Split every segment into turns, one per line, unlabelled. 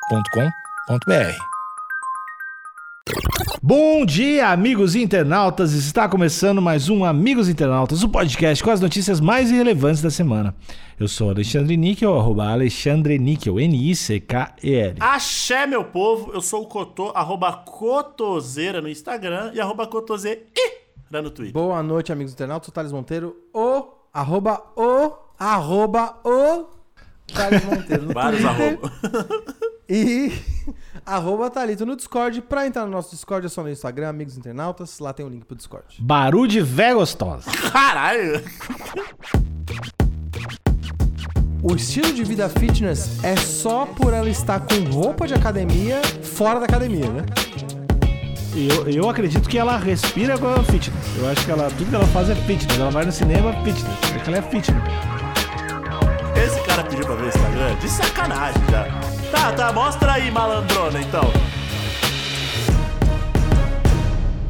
agenciadepodcast.com.br.
Bom dia, amigos internautas! Está começando mais um Amigos Internautas, o podcast com as notícias mais relevantes da semana. Eu sou Alexandre Níquel, arroba Alexandre Níquel, N-I-C-K-E-L.
Axé, meu povo. Eu sou o Cotô, arroba Cotoseira no Instagram e arroba Cotoseira no Twitter.
Boa noite, amigos internautas. Sou Thales Monteiro, o, arroba, o, arroba, o, Thales Monteiro no
Vários
Twitter.
arroba.
E arroba Thalito no Discord. Pra entrar no nosso Discord é só no Instagram, amigos internautas. Lá tem o link pro Discord.
Barulho de vé gostosa.
Caralho.
O estilo de vida fitness é só por ela estar com roupa de academia fora da academia, né?
Eu, eu acredito que ela respira com a fitness. Eu acho que ela, tudo que ela faz é fitness. Ela vai no cinema, fitness. Eu acho que ela é fitness.
Esse cara pediu pra ver o Instagram de sacanagem já. Tá, tá, mostra aí, malandrona, então.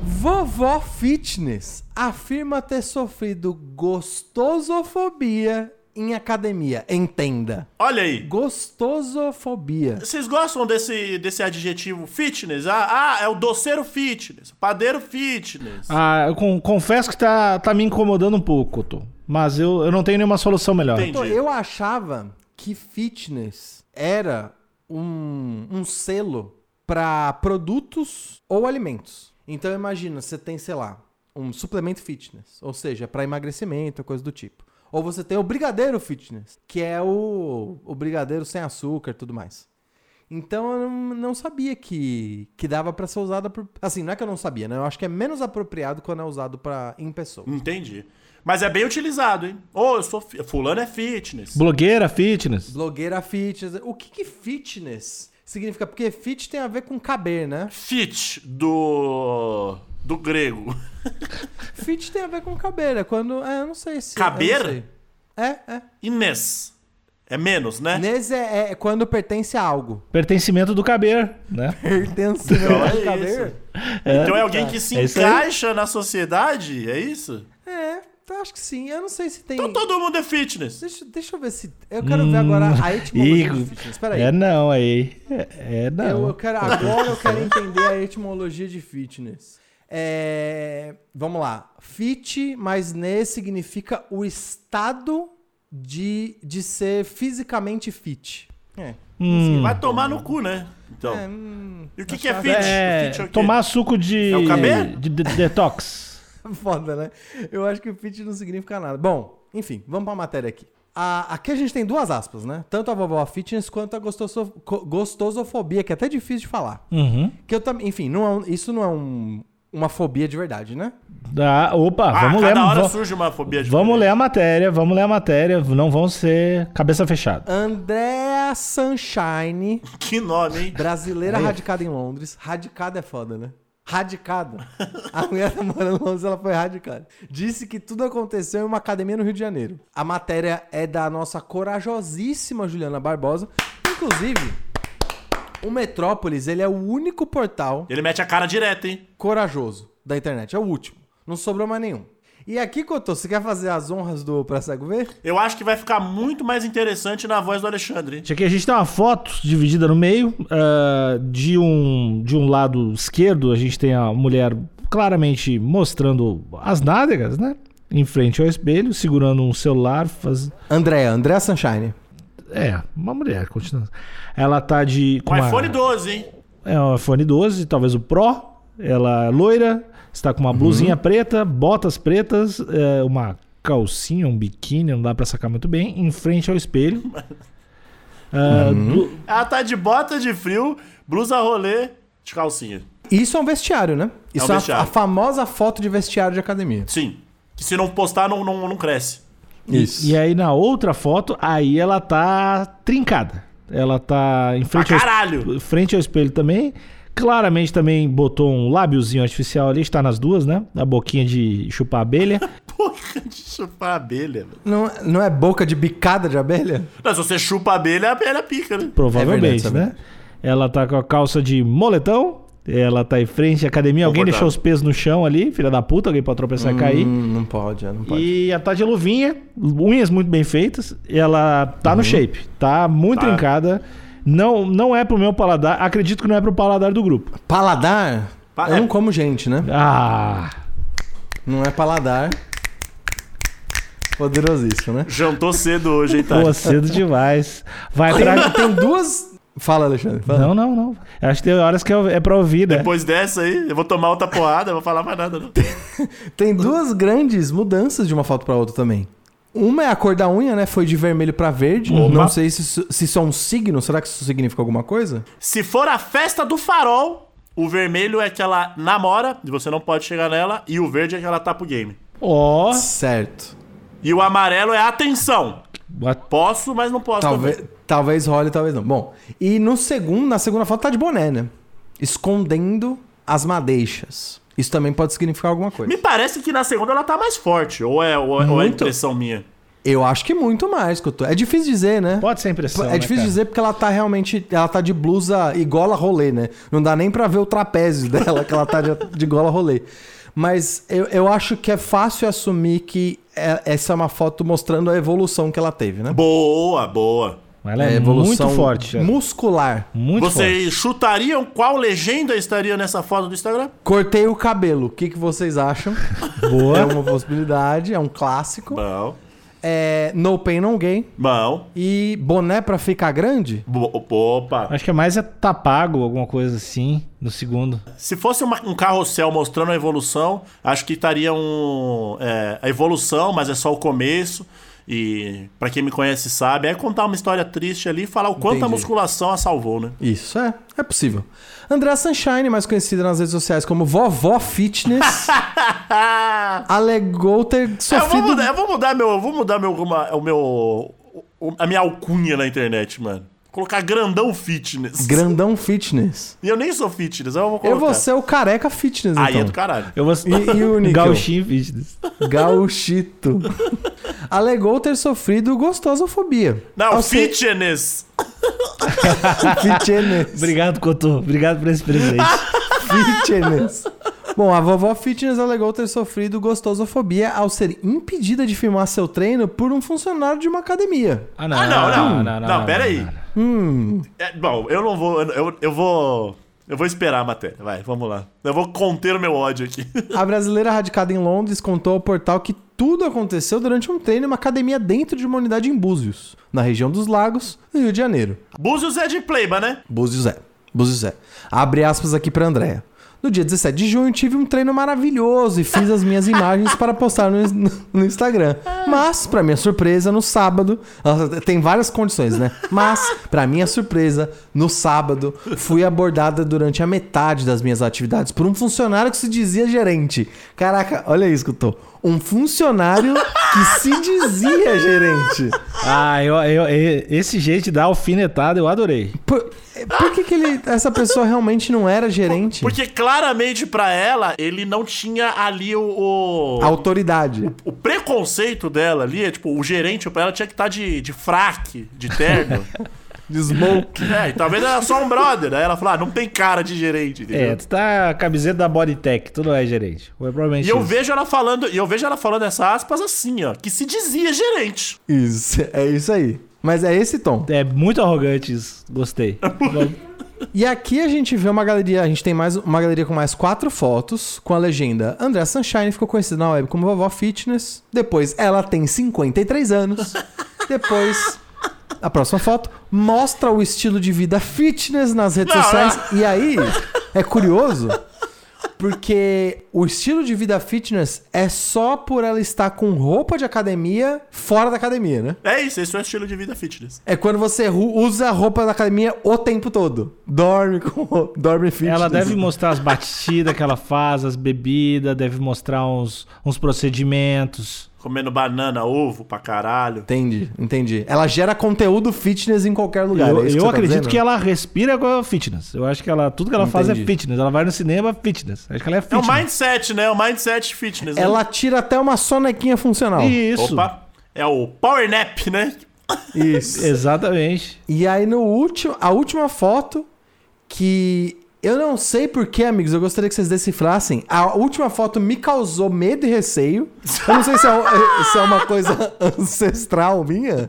Vovó Fitness afirma ter sofrido gostosofobia em academia. Entenda.
Olha aí.
Gostosofobia.
Vocês gostam desse, desse adjetivo fitness? Ah, ah, é o doceiro fitness, padeiro fitness.
Ah, eu con- confesso que tá, tá me incomodando um pouco, Tô. Mas eu, eu não tenho nenhuma solução melhor.
Entendi.
Pô, Então, eu achava que fitness era um, um selo pra produtos ou alimentos. Então imagina, você tem, sei lá, um suplemento fitness, ou seja, pra emagrecimento, coisa do tipo. Ou você tem o brigadeiro fitness, que é o, o brigadeiro sem açúcar e tudo mais. Então eu não, não sabia que, que dava pra ser usada por. Assim, não é que eu não sabia, né? Eu acho que é menos apropriado quando é usado pra, em pessoa.
Entendi. Mas é bem utilizado, hein? Ô, eu sou. fi- Fulano é fitness.
Blogueira, fitness.
Blogueira fitness. O que que fitness significa? Porque fit tem a ver com caber, né?
Fit do. do grego.
Fit tem a ver com caber, é quando... É, eu não sei se... eu
Caber?
não sei. É, é.
Inês. É menos, né?
Nes é, é quando pertence a algo.
Pertencimento do caber, né?
Pertence
Então é
a
isso.
caber?
Então é alguém que se
É isso aí.
encaixa na sociedade? É isso?
É, então acho que sim. Eu não sei se tem...
Então todo mundo é fitness.
Deixa, deixa eu ver se... Eu quero ver agora a etimologia
Ih,
de fitness. Pera aí.
É não aí. É, é
Eu,
não.
eu quero, agora eu quero entender a etimologia de fitness. É, vamos lá. Fit mais né significa o estado de, de ser fisicamente fit. É.
Hum.
Vai tomar no cu, né? Então.
É, hum,
E o que, que é fit?
É,
O fit é o quê?
tomar suco de,
É o caber?
de, de- detox.
foda, né? Eu acho que o fit não significa nada. Bom, enfim, vamos pra matéria aqui. A- aqui a gente tem duas aspas, né? Tanto a vovó fitness quanto a gostoso- co- gostosofobia, que é até difícil de falar.
Uhum.
Que eu também, enfim, não é um- isso não é um- uma fobia de verdade, né?
Ah, opa,
Ah,
vamos ler.
cada hora
va-
surge uma fobia de
Vamos ler a matéria, vamos ler a matéria. Não vão ser cabeça fechada.
Andrea Sunshine,
Que nome, hein?
brasileira radicada em Londres. Radicada é foda, né? Radicada. A mulher tá morando em Londres, ela foi radicada. Disse que tudo aconteceu em uma academia no Rio de Janeiro. A matéria é da nossa corajosíssima Juliana Barbosa. Inclusive, o Metrópolis, ele é o único portal
Ele mete a cara direto, hein?
corajoso da internet. É o último. Não sobrou mais nenhum. E aqui, Cotô, você quer fazer as honras do Pra Cego Ver?
Eu acho que vai ficar muito mais interessante na voz do Alexandre. hein?
Isso Aqui a gente tem uma foto dividida no meio. ah, de, um, de um lado esquerdo, a gente tem a mulher claramente mostrando as nádegas, né? Em frente ao espelho, segurando um celular, faz...
Andrea, Andrea Sunshine.
É, uma mulher, continuando. Ela tá de.
Um
com uma-
iPhone 12, hein?
É um iPhone 12, talvez o Pro. Ela é loira, está
Uhum.
com uma blusinha preta, botas pretas, é, uma calcinha, um biquíni, não dá pra sacar muito bem, em frente ao espelho. Ah, do-
Ela tá de bota de frio, blusa rolê de calcinha.
Isso é um vestiário, né? Isso é, a-
vestiário.
A, famosa foto de vestiário de academia.
Sim. Que se não postar, não, não, não cresce.
Isso.
E aí na outra foto, aí ela tá trincada. Ela tá em frente,
Pra
ao,
caralho!
esp- frente ao espelho também. Claramente também botou um lábiozinho artificial ali, está nas duas, né? A boquinha de chupar abelha.
Porra de chupar abelha, velho.
Não, não é boca de bicada de abelha?
Mas se você chupa a abelha, a abelha pica, né?
Provavelmente,
É verdade,
né?
é
Ela tá com a calça de moletom, Ela tá em frente à academia. Alguém
Confortável.
deixou os pesos no chão ali, filha da puta, alguém pode tropeçar e cair.
Hum, não pode, é, não pode.
E a Tati é Luvinha, unhas muito bem feitas, ela tá
Uhum.
no shape, tá muito
Tá.
trincada. Não, não é pro meu paladar, acredito que não é pro paladar do grupo.
Paladar?
Pa-
Eu
é.
não como gente, né?
Ah,
Não é paladar. Poderosíssimo, né?
Jantou cedo hoje, hein,
pô,
Tati?
cedo demais. Vai pra.
Tá.
um
Tem um- duas. Fala, Alexandre. Fala.
Não, não, não. Acho que tem horas que é é pra ouvir, né?
Depois dessa aí, eu vou tomar outra porrada, eu vou falar mais nada. Não.
Tem duas grandes mudanças de uma foto pra outra também. Uma é a cor da unha, né? Foi de vermelho pra verde. Não sei se isso, se isso é um signo. Será que isso significa alguma coisa?
Se for a festa do farol, o vermelho é que ela namora, e você não pode chegar nela, e o verde é que ela tá pro game.
Ó,
Certo.
E o amarelo é atenção. Posso, mas não posso.
Talvez, talvez role, talvez não. Bom, e no segundo, na segunda foto tá de boné, né? Escondendo as madeixas. Isso também pode significar alguma coisa.
Me parece que na segunda ela tá mais forte, ou é, ou, é- ou é
Muito.
impressão minha.
Eu acho que muito mais, Couto. É difícil dizer, né?
pode ser impressão.
É difícil dizer porque ela tá realmente. Ela tá de blusa e gola rolê, né? Não dá nem pra ver o trapézio dela, que ela tá de, de gola rolê. Mas eu, eu acho que é fácil assumir que é- essa é uma foto mostrando a evolução que ela teve, né?
Boa, boa.
Ela é,
A
muito forte. é.
Muscular.
Muito forte.
Vocês chutariam qual legenda estaria nessa foto do Instagram?
Cortei o cabelo. O que, que vocês acham? É
Boa.
uma possibilidade, é um clássico.
Bom.
É No Pain No Gain.
Bom.
E boné pra ficar grande?
Bo- Opa.
Acho que é mais é tá pago, alguma coisa assim, no segundo.
Se fosse uma- um carrossel mostrando a evolução, acho que estaria um. é, a evolução, mas é só o começo. E pra quem me conhece sabe, é contar uma história triste ali e falar o quanto a
Entendi.
musculação a salvou, né?
Isso é, é possível. Andrea Sunshine, mais conhecida nas redes sociais como Vovó Fitness, alegou ter
eu, vou
sofrido.
É, mudar, eu vou mudar meu. eu vou mudar meu, uma- o meu. o- a minha alcunha na internet, mano. Colocar grandão fitness.
Grandão Fitness.
E eu nem sou fitness, eu vou colocar.
Eu vou ser o careca fitness,
Aí é
então.
do caralho.
Eu vou...
E- e o níquel?
Gauchinho Fitness.
Gauchito. Alegou ter sofrido gostosofobia.
Não,
Ao ser-
fitness.
Fitness.
Obrigado, Cotô. Obrigado por esse presente.
Ah,
Fitness. Bom, a vovó Fitness alegou ter sofrido gostosofobia ao ser impedida de filmar seu treino por um funcionário de uma academia.
não,
Ah, não, não. Não, pera aí.
Hum,
É, bom, eu não vou. Eu, eu- eu vou. Eu vou esperar a matéria. Vai, vamos lá. Eu vou conter o meu ódio aqui.
A brasileira radicada em Londres contou ao portal que tudo aconteceu durante um treino em uma academia dentro de uma unidade em Búzios, na região dos Lagos, no Rio de Janeiro.
Búzios é de Pleiba, né?
Búzios é. Búzios é. Abre aspas aqui pra Andréa. No dia 17 de junho tive um treino maravilhoso e fiz as minhas imagens para postar no, no Instagram. Mas, pra minha surpresa, no sábado. ela Tem várias condições, né? Mas, pra minha surpresa, no sábado fui abordada durante a metade das minhas atividades por um funcionário que se dizia gerente. Caraca, olha isso que eu tô. Um funcionário que se dizia gerente.
Ah, eu, eu- eu- esse jeito de dar alfinetada eu adorei.
Por, por que, que ele, essa pessoa realmente não era gerente?
Porque claramente pra ela, ele não tinha ali o. o...
Autoridade.
o preconceito dela ali é tipo, o gerente pra ela tinha que estar de, de fraque, de terno.
De smoke.
é, e talvez era só um brother. Aí ela falou, ah, não tem cara de gerente, entendeu?
É, tu tá a camiseta da Bodytech, tu não é gerente. Ou é provavelmente
E eu
isso.
vejo ela falando, e eu vejo ela falando essas aspas assim, ó, que se dizia gerente.
Isso, é isso aí. Mas é esse tom.
É muito arrogante isso. Gostei.
E aqui a gente vê uma galeria, a gente tem mais uma galeria com mais quatro fotos, com a legenda André Sunshine ficou conhecida na web como Vovó Fitness. Depois, ela tem 53 anos. Depois, a próxima foto mostra o estilo de vida fitness nas redes
Não,
sociais. E aí, é curioso, porque o estilo de vida fitness é só por ela estar com roupa de academia fora da academia, né?
É isso, esse é o estilo de vida fitness.
É quando você ru- usa a roupa da academia o tempo todo. Dorme com dorme fitness.
Ela deve mostrar as batidas que ela faz, as bebidas, deve mostrar uns, uns procedimentos.
Comendo banana, ovo pra caralho.
Entendi, entendi. Ela gera conteúdo fitness em qualquer lugar.
eu
é isso
eu
você tá
acredito
dizendo?
que ela respira com a fitness. Eu acho que ela tudo que ela faz é
Entendi.
fitness. Ela vai no cinema, fitness. Acho que ela é
É o
fitness. É
mindset, né? O mindset fitness. né?
Ela tira até uma sonequinha funcional.
Isso.
Opa. É o power nap, né?
Isso.
Exatamente.
E aí no último, a última foto que Eu não sei porquê, amigos, eu gostaria que vocês decifrassem. A última foto me causou medo e receio. Eu não sei se é, um- se é uma coisa ancestral minha,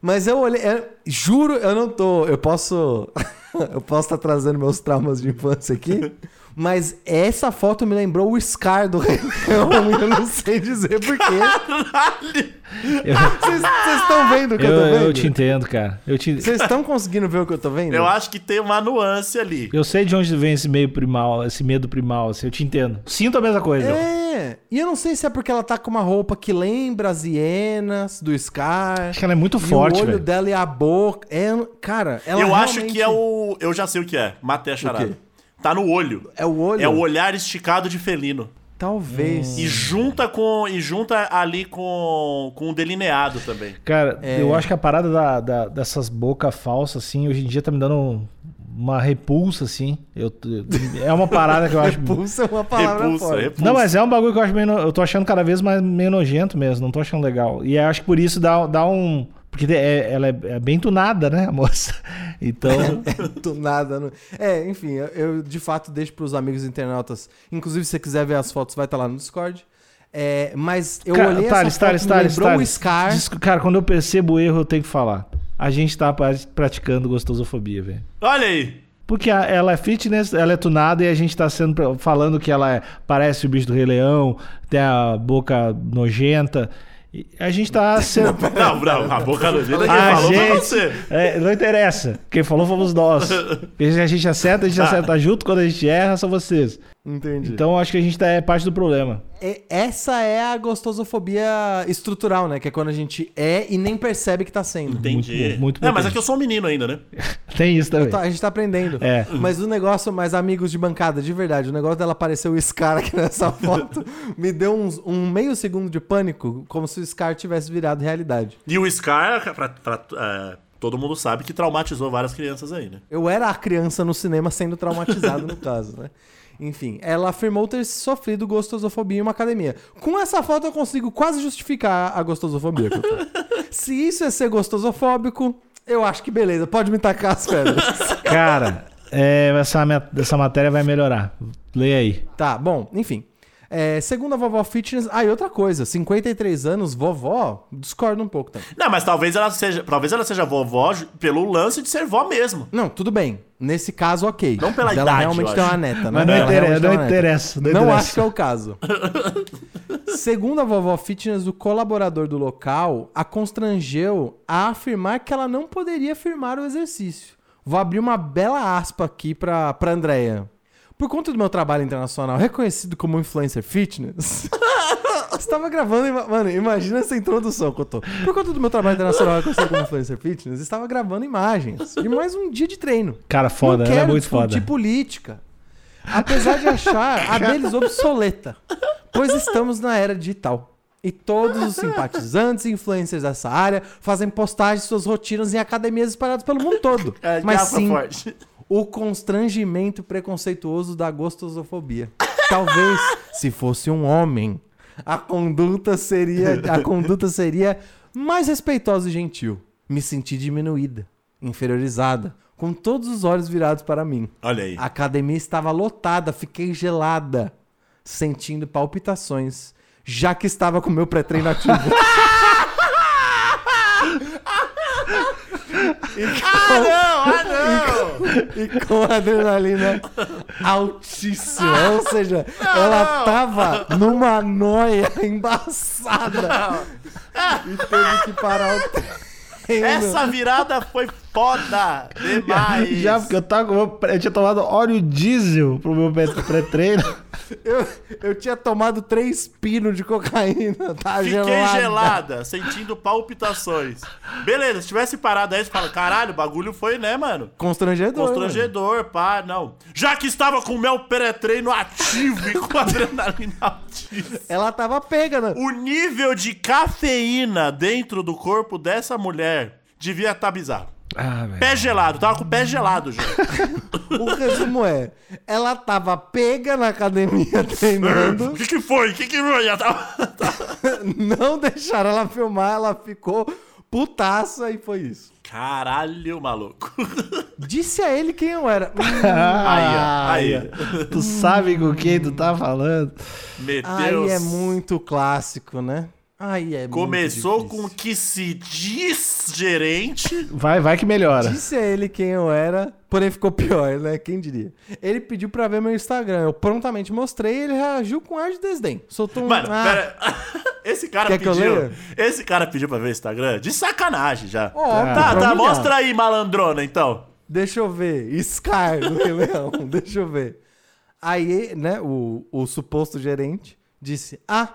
mas eu olhei. eu- juro, eu não tô. Eu posso. eu posso estar trazendo meus traumas de infância aqui. Mas essa foto me lembrou o Scar do Rei Leão. Eu não sei dizer porquê. Vocês vocês estão vendo o que eu,
Eu,
tô vendo?
eu te entendo, cara. Eu, te...
Vocês estão conseguindo ver o que eu tô vendo?
Eu acho que tem uma nuance ali.
eu sei de onde vem esse meio primal, esse medo primal, assim, eu te entendo. Sinto a mesma coisa.
É, e eu não sei se é porque ela tá com uma roupa que lembra as hienas do Scar.
Acho que ela é muito
e
forte,
o olho
velho.
dela e a boca. É, cara, ela
eu acho
realmente-
que é o. Eu já sei o que é. Matei a
quê?
charada. Tá no olho.
É o olho?
É o olhar esticado de felino.
Talvez.
Hum.
E junta com. E junta ali com. com o delineado também.
Cara,
É.
eu acho que a parada da- da- dessas bocas falsas, assim, hoje em dia tá me dando uma repulsa, assim. Eu, eu- é uma parada que eu acho.
Repulsa é uma palavra
Repulsa,
forte.
repulsa.
Não, mas é um bagulho que eu acho meio. no- Eu tô achando cada vez mais meio nojento mesmo, não tô achando legal. E eu acho que por isso dá, dá um. Porque é- ela é, é bem tunada, né, a moça? Então.
Do nada. não- É, enfim, eu, eu, de fato deixo pros amigos internautas. Inclusive, se você quiser ver as fotos, vai estar lá no Discord. É, mas eu
Cara,
olhei
Thales,
essa foto,
Thales,
me
Thales,
lembrou
Thales.
o Scar.
Desco- Cara, quando eu percebo o erro, eu tenho que falar. A gente tá pra- praticando gostosofobia, velho.
Olha aí.
Porque a- ela é fitness, ela é tunada e a gente tá sendo pra- falando que ela é- parece o bicho do Rei Leão, tem a boca nojenta. E a gente tá sendo.
Não, não, a boca do jeito que
A
falou pra
Ah, gente-
você.
É, não interessa. Quem falou fomos nós. Porque se a gente acerta, a
Tá.
gente acerta junto. Quando a gente erra, são vocês.
Entendi.
Então acho que a gente tá, é parte do problema.
É- Essa é a gostosofobia estrutural, né? Que é quando a gente é e nem percebe que tá sendo.
Entendi.
Muito bom, muito
é, mas
potente.
é que eu sou um menino ainda, né?
Tem isso também.
Tá, a gente tá aprendendo.
É.
Mas o negócio, mas amigos de bancada, de verdade, o negócio dela aparecer o Scar aqui nessa foto me deu uns- um meio segundo de pânico, como se o Scar tivesse virado realidade.
E o Scar, pra, pra- é, todo mundo sabe que traumatizou várias crianças aí, né?
Eu era a criança no cinema sendo traumatizado no caso, né? Enfim, ela afirmou ter sofrido gostosofobia em uma academia. Com essa foto eu consigo quase justificar a gostosofobia. que eu tenho. Se isso é ser gostosofóbico, eu acho que beleza, pode me tacar as pedras.
Cara, é, essa, ma- essa matéria vai melhorar. Leia aí.
tá, bom, enfim. É, segundo a vovó Fitness. Ah, e outra coisa, 53 anos, vovó, discorda um pouco também.
Não, mas talvez ela seja, talvez ela seja vovó ju- pelo lance de ser vó mesmo.
Não, tudo bem. Nesse caso, ok.
Não pela
Ela
idade,
realmente
eu
tem
acho.
uma neta, né?
Mas não
Ela
interessa,
realmente tem
não
uma neta.
interessa, não
Não
interessa.
acho que é o caso. Segundo a vovó Fitness, o colaborador do local a constrangeu a afirmar que ela não poderia firmar o exercício. Vou abrir uma bela aspa aqui pra, pra Andrea. Por conta do meu trabalho internacional reconhecido como influencer fitness, estava gravando. ima- Mano, imagina essa introdução que eu tô. Por conta do meu trabalho internacional reconhecido como influencer fitness, estava gravando imagens de mais um dia de treino.
Cara, foda,
não
ela é
quero
muito
discutir
foda.
política. Apesar de achar a deles obsoleta, pois estamos na era digital. E todos os simpatizantes e influencers dessa área fazem postagens de suas rotinas em academias espalhadas pelo mundo todo.
É,
Mas
garrafa
sim,
forte.
o constrangimento preconceituoso da gostosofobia. Talvez, se fosse um homem, a conduta seria a conduta seria mais respeitosa e gentil. Me senti diminuída, inferiorizada, com todos os olhos virados para mim.
Olha aí.
A academia estava lotada, fiquei gelada, sentindo palpitações, já que estava com meu pré-treino ativo.
Ah, não!
e com a adrenalina
Ah,
altíssima. Ou seja, ela tava numa noia embaçada. E teve que parar o treino.
Essa virada foi foda demais.
Já, porque eu, tava, com o meu pré- eu tinha tomado óleo diesel pro meu pré- pré-treino.
Eu, eu tinha tomado três pinos de cocaína. Tá
Fiquei
gelada.
gelada, sentindo palpitações. Beleza, se tivesse parado aí, você fala, caralho, o bagulho foi, né, mano?
Constrangedor. né?
Constrangedor, pá, não. Já que estava com o meu pré-treino ativo e com adrenalina altíssima.
mano. Ela tava pega, né?
O nível de cafeína dentro do corpo dessa mulher devia estar bizarro.
Ah, velho.
Pé gelado, tava com o pé gelado já.
O resumo é: ela tava pega na academia treinando.
O que que foi? O que que foi? Já tava-
não deixaram ela filmar, ela ficou putaça e foi isso.
Caralho, maluco.
Disse a ele quem eu era.
Ah,
ó, aí, ó.
Tu sabe com quem tu tá falando?
Meteu.
Aí é muito clássico, né? Aí é
Começou
muito
com
difícil.
que se diz gerente.
Vai, vai que melhora.
Disse a ele quem eu era, porém ficou pior, né? Quem diria? Ele pediu pra ver meu Instagram. Eu prontamente mostrei e ele reagiu com ar de desdém. Soltou um.
Mano,
"Ah,
pera. Esse cara
Quer que eu
pediu.
leia?
esse cara pediu pra ver o Instagram? De sacanagem já.
Ó,
tá,
É, pra
tá,
humilhar.
mostra aí, malandrona, então.
Deixa eu ver. Scar do Rei Leão. Deixa eu ver. Aí, né, o, o suposto gerente disse: Ah,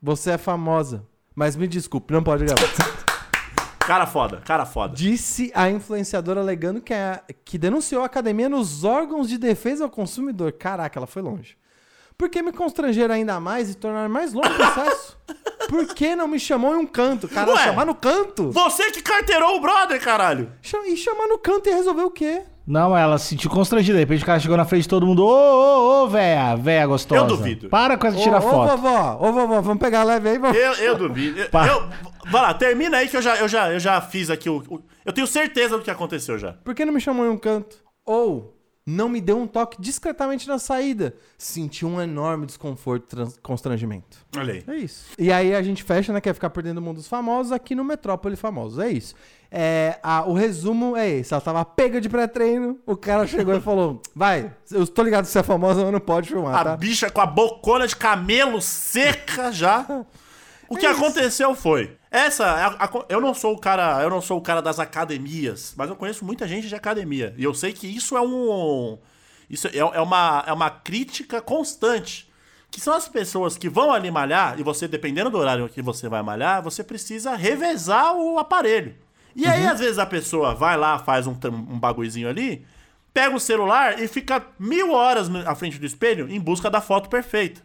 você é famosa. Mas me desculpe, não pode gravar.
Cara foda, cara foda.
Disse a influenciadora alegando que, é a, que denunciou a academia nos órgãos de defesa ao consumidor. Caraca, ela foi longe. Por que me constrangeram ainda mais e tornar mais longo o processo? Por que não me chamou em um canto? Cara,
Ué.
chamar no canto?
Você que carteirou o brother, caralho.
Cha- E chamar no canto e resolver o quê?
Não, ela se sentiu constrangida. De repente o cara chegou na frente de todo mundo. Ô, ô, ô, véia, véia gostosa.
Eu duvido.
Para com essa tirar
ô,
foto.
Ô, vovó, ô, vovó, vamos pegar leve aí, vovó.
Eu, eu duvido. Eu,
Pá.
eu- vai lá, termina aí que eu já, eu já, eu já fiz aqui o, o- Eu tenho certeza do que aconteceu já.
Por que não me chamou em um canto? Ou não me deu um toque discretamente na saída? Senti um enorme desconforto, trans- constrangimento.
Olha aí.
É isso. E aí a gente fecha, né? Quer ficar perdendo o mundo dos famosos aqui no Metrópole Famosos. É isso. É, a- o resumo é esse. Ela tava pega de pré-treino, o cara chegou e falou: Vai, eu tô ligado que você é famosa, mas não pode filmar,
A
tá?
bicha com a bocona de camelo seca já. O que aconteceu foi. Essa. é a- a- eu não sou o cara. Eu não sou o cara das academias, mas eu conheço muita gente de academia. E eu sei que isso é um. Isso é, é uma, é uma crítica constante. Que são as pessoas que vão ali malhar, e você, dependendo do horário que você vai malhar, você precisa revezar o aparelho. E aí, às vezes, a pessoa vai lá, faz um, tam- um bagulhozinho ali, pega o celular e fica mil horas no- à frente do espelho em busca da foto perfeita.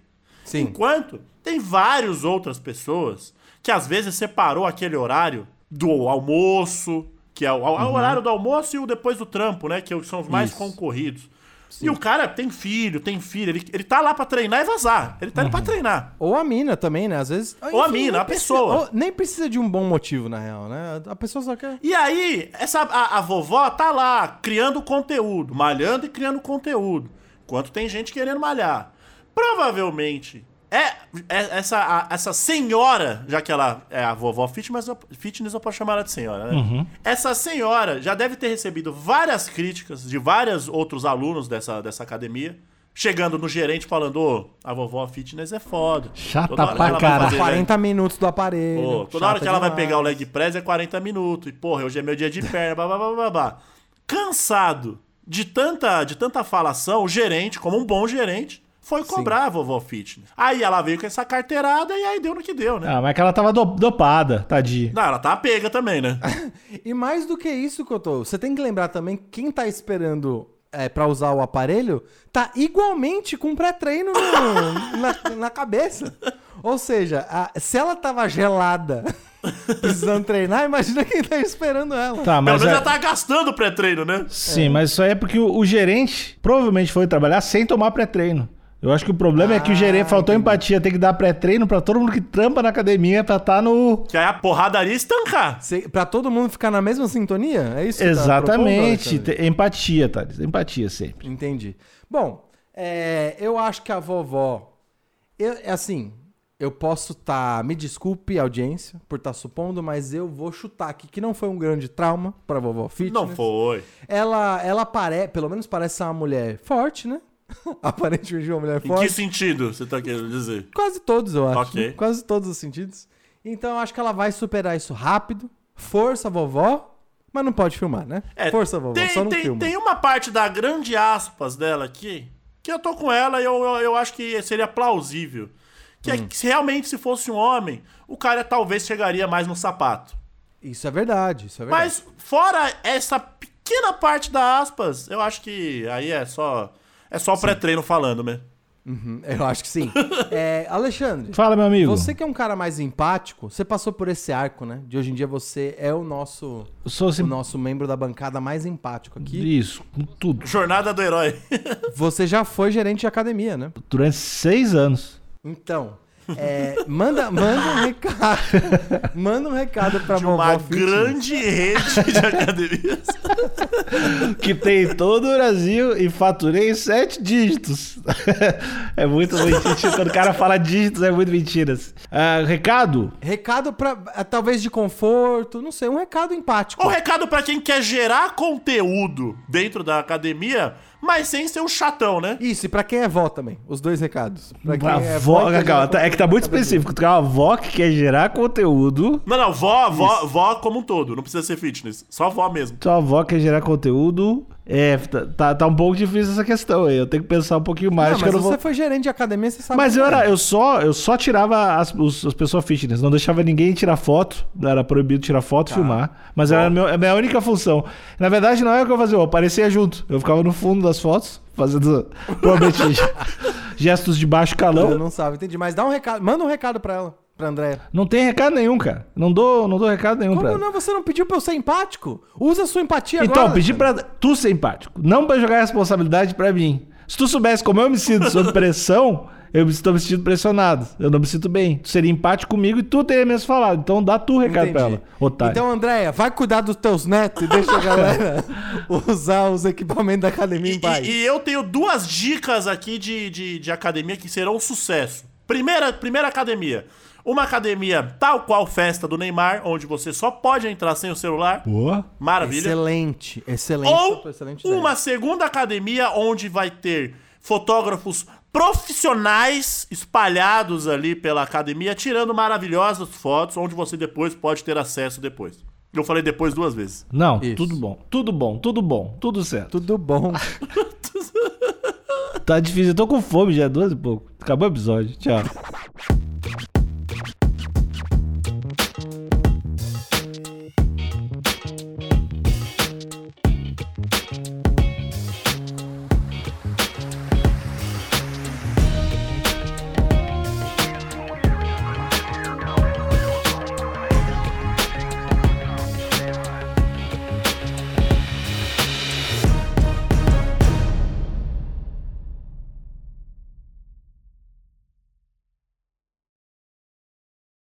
Sim.
Enquanto tem várias outras pessoas que às vezes separou aquele horário do almoço, que é o, é o horário do almoço e o depois do trampo, né? Que são os mais
Uhum. Isso.
concorridos. E o cara tem filho, tem filho, ele, ele tá lá pra treinar e vazar. Ele tá ali pra
Uhum.
treinar.
Ou a mina também, né? Às vezes.
Ou a mina,
nem
a
precisa-
pessoa.
ou- nem precisa de um bom motivo, na real, né? A pessoa só quer.
E aí, essa, a, a vovó tá lá criando conteúdo, malhando e criando conteúdo. Enquanto tem gente querendo malhar. Provavelmente, é, é- essa, a- essa senhora, já que ela é a vovó fitness, eu- fitness eu posso chamar ela de senhora, né?
Uhum.
Essa senhora já deve ter recebido várias críticas de vários outros alunos dessa, dessa academia. Chegando no gerente falando, ô, a vovó fitness é foda.
Chata
Toda hora
pra
ela vai
caralho.
fazer leg
40 minutos do aparelho.
Pô, toda
chata
hora que ela vai
demais.
pegar o leg press é 40 minutos. E, porra, hoje é meu dia de perna, blá, blá, blá, blá, blá. Cansado de tanta, de tanta falação, o gerente, como um bom gerente, foi cobrar a vovó fitness. Aí ela veio com essa carteirada e aí deu no que deu, né?
Ah, mas é que ela tava do- dopada, tadinha.
É.
Não, ela tá pega também, né?
E mais do que isso, Cotô, você tem que lembrar também que quem tá esperando é, para usar o aparelho tá igualmente com um pré-treino no- na, na cabeça. Ou seja, a- se ela tava gelada precisando treinar, imagina quem tá esperando ela.
Tá,
Pelo
mas.
menos
é-
ela tá gastando o pré-treino, né?
Sim, mas isso aí é porque o, o gerente provavelmente foi trabalhar sem tomar pré-treino. Eu acho que o problema é
Ah,
que o gerente faltou empatia, tem que dar pré-treino pra todo mundo que trampa na academia pra estar no.
Que aí a porradaria é estancar.
Cê- Pra todo mundo ficar na mesma sintonia? É isso que tá
Exatamente.
propondo, Alexandre?
Te- empatia, Thales. Empatia sempre.
Entendi. Bom, é, eu acho que a vovó. Eu, é assim, eu posso estar. me desculpe, audiência, por estar supondo, mas eu vou chutar aqui que não foi um grande trauma pra vovó Fitness.
Não foi.
Ela, ela parece, pelo menos parece ser uma mulher forte, né? Aparentemente uma mulher
Em que
forte.
sentido você tá querendo dizer?
Quase todos, eu acho.
Ok.
né? Quase todos os sentidos. Então eu acho que ela vai superar isso rápido. Força, vovó. Mas não pode filmar, né?
É,
Força, vovó.
tem,
só não
tem,
filma.
tem uma parte da grande aspas dela aqui que eu tô com ela e eu, eu, eu acho que seria plausível. Que
Hum.
é que se realmente se fosse um homem, o cara talvez chegaria mais no sapato.
Isso é verdade, isso é verdade.
Mas fora essa pequena parte da aspas, eu acho que aí é só é só o pré-treino falando, né?
Eu acho que sim. É, Alexandre,
Fala, meu amigo.
você que é um cara mais empático, você passou por esse arco, né? De hoje em dia você é o nosso,
Eu sou assim.
o nosso membro da bancada mais empático aqui.
Isso, com tudo.
Jornada do herói.
Você já foi gerente de academia, né?
Durante seis anos.
Então, É, manda, manda um recado. Manda um recado pra
de
vovó
uma
Fitness.
grande rede de academias.
que tem em todo o Brasil e faturei sete dígitos. é muito mentira. Quando o cara fala dígitos, é muito mentira. Ah, recado?
Recado pra. ah, Talvez de conforto, não sei, um recado empático.
Um recado pra quem quer gerar conteúdo dentro da academia, mas sem ser um chatão, né?
Isso, e pra quem é vó também. Os dois recados. Pra quem
Uma
é
avó-
e quer
calma,
gerar
tá- é que tá muito
conteúdo.
específico. Tu é uma avó que quer gerar conteúdo.
Não, não, vó, vó, vó como um todo. Não precisa ser fitness. Só vó mesmo.
Tua avó quer gerar conteúdo. É, tá, tá- tá um pouco difícil essa questão aí. Eu tenho que pensar um pouquinho mais.
Não,
que eu
mas
não
você
vou...
foi gerente de academia, você sabe.
Mas
que
eu,
é.
era, eu, só, eu só tirava as, os- as pessoas fitness, não deixava ninguém tirar foto, era proibido tirar foto
Tá.
e filmar. Mas era a meu- a minha única função. Na verdade, não era o que eu fazia, eu aparecia junto. Eu ficava no fundo das fotos, fazendo provavelmente gestos de baixo
Ela
calão.
não sabe, entendi. Mas dá um recado, manda um recado pra ela, pra Andréia.
Não tem recado nenhum, cara. Não dou, não dou recado nenhum pra
Como
ela.
não? Você não pediu pra eu ser empático? Usa a sua empatia
Então,
agora.
pedi pra tu ser empático, não pra jogar a responsabilidade pra mim. Se tu soubesse como eu me sinto sob pressão, eu estou me sentindo pressionado. Eu não me sinto bem. Tu seria empático comigo e tu teria mesmo falado. Então dá tu o recado pra ela, otário.
Então, Andréia, vai cuidar dos teus netos e deixa a galera usar os equipamentos da academia
E,
em paz.
e- e eu tenho duas dicas aqui de, de, de academia que serão um sucesso. Primeira, primeira academia. Uma academia tal qual festa do Neymar, onde você só pode entrar sem o celular.
Boa.
Maravilha.
Excelente, excelente.
Ou
excelente ideia.
uma segunda academia onde vai ter fotógrafos profissionais espalhados ali pela academia, tirando maravilhosas fotos, onde você depois pode ter acesso depois. Eu falei depois duas vezes.
Não,
Isso.
tudo bom. Tudo bom, tudo bom, tudo certo.
Tudo bom.
Tá difícil, eu tô com fome já, é duas e pouco. Acabou o episódio, tchau.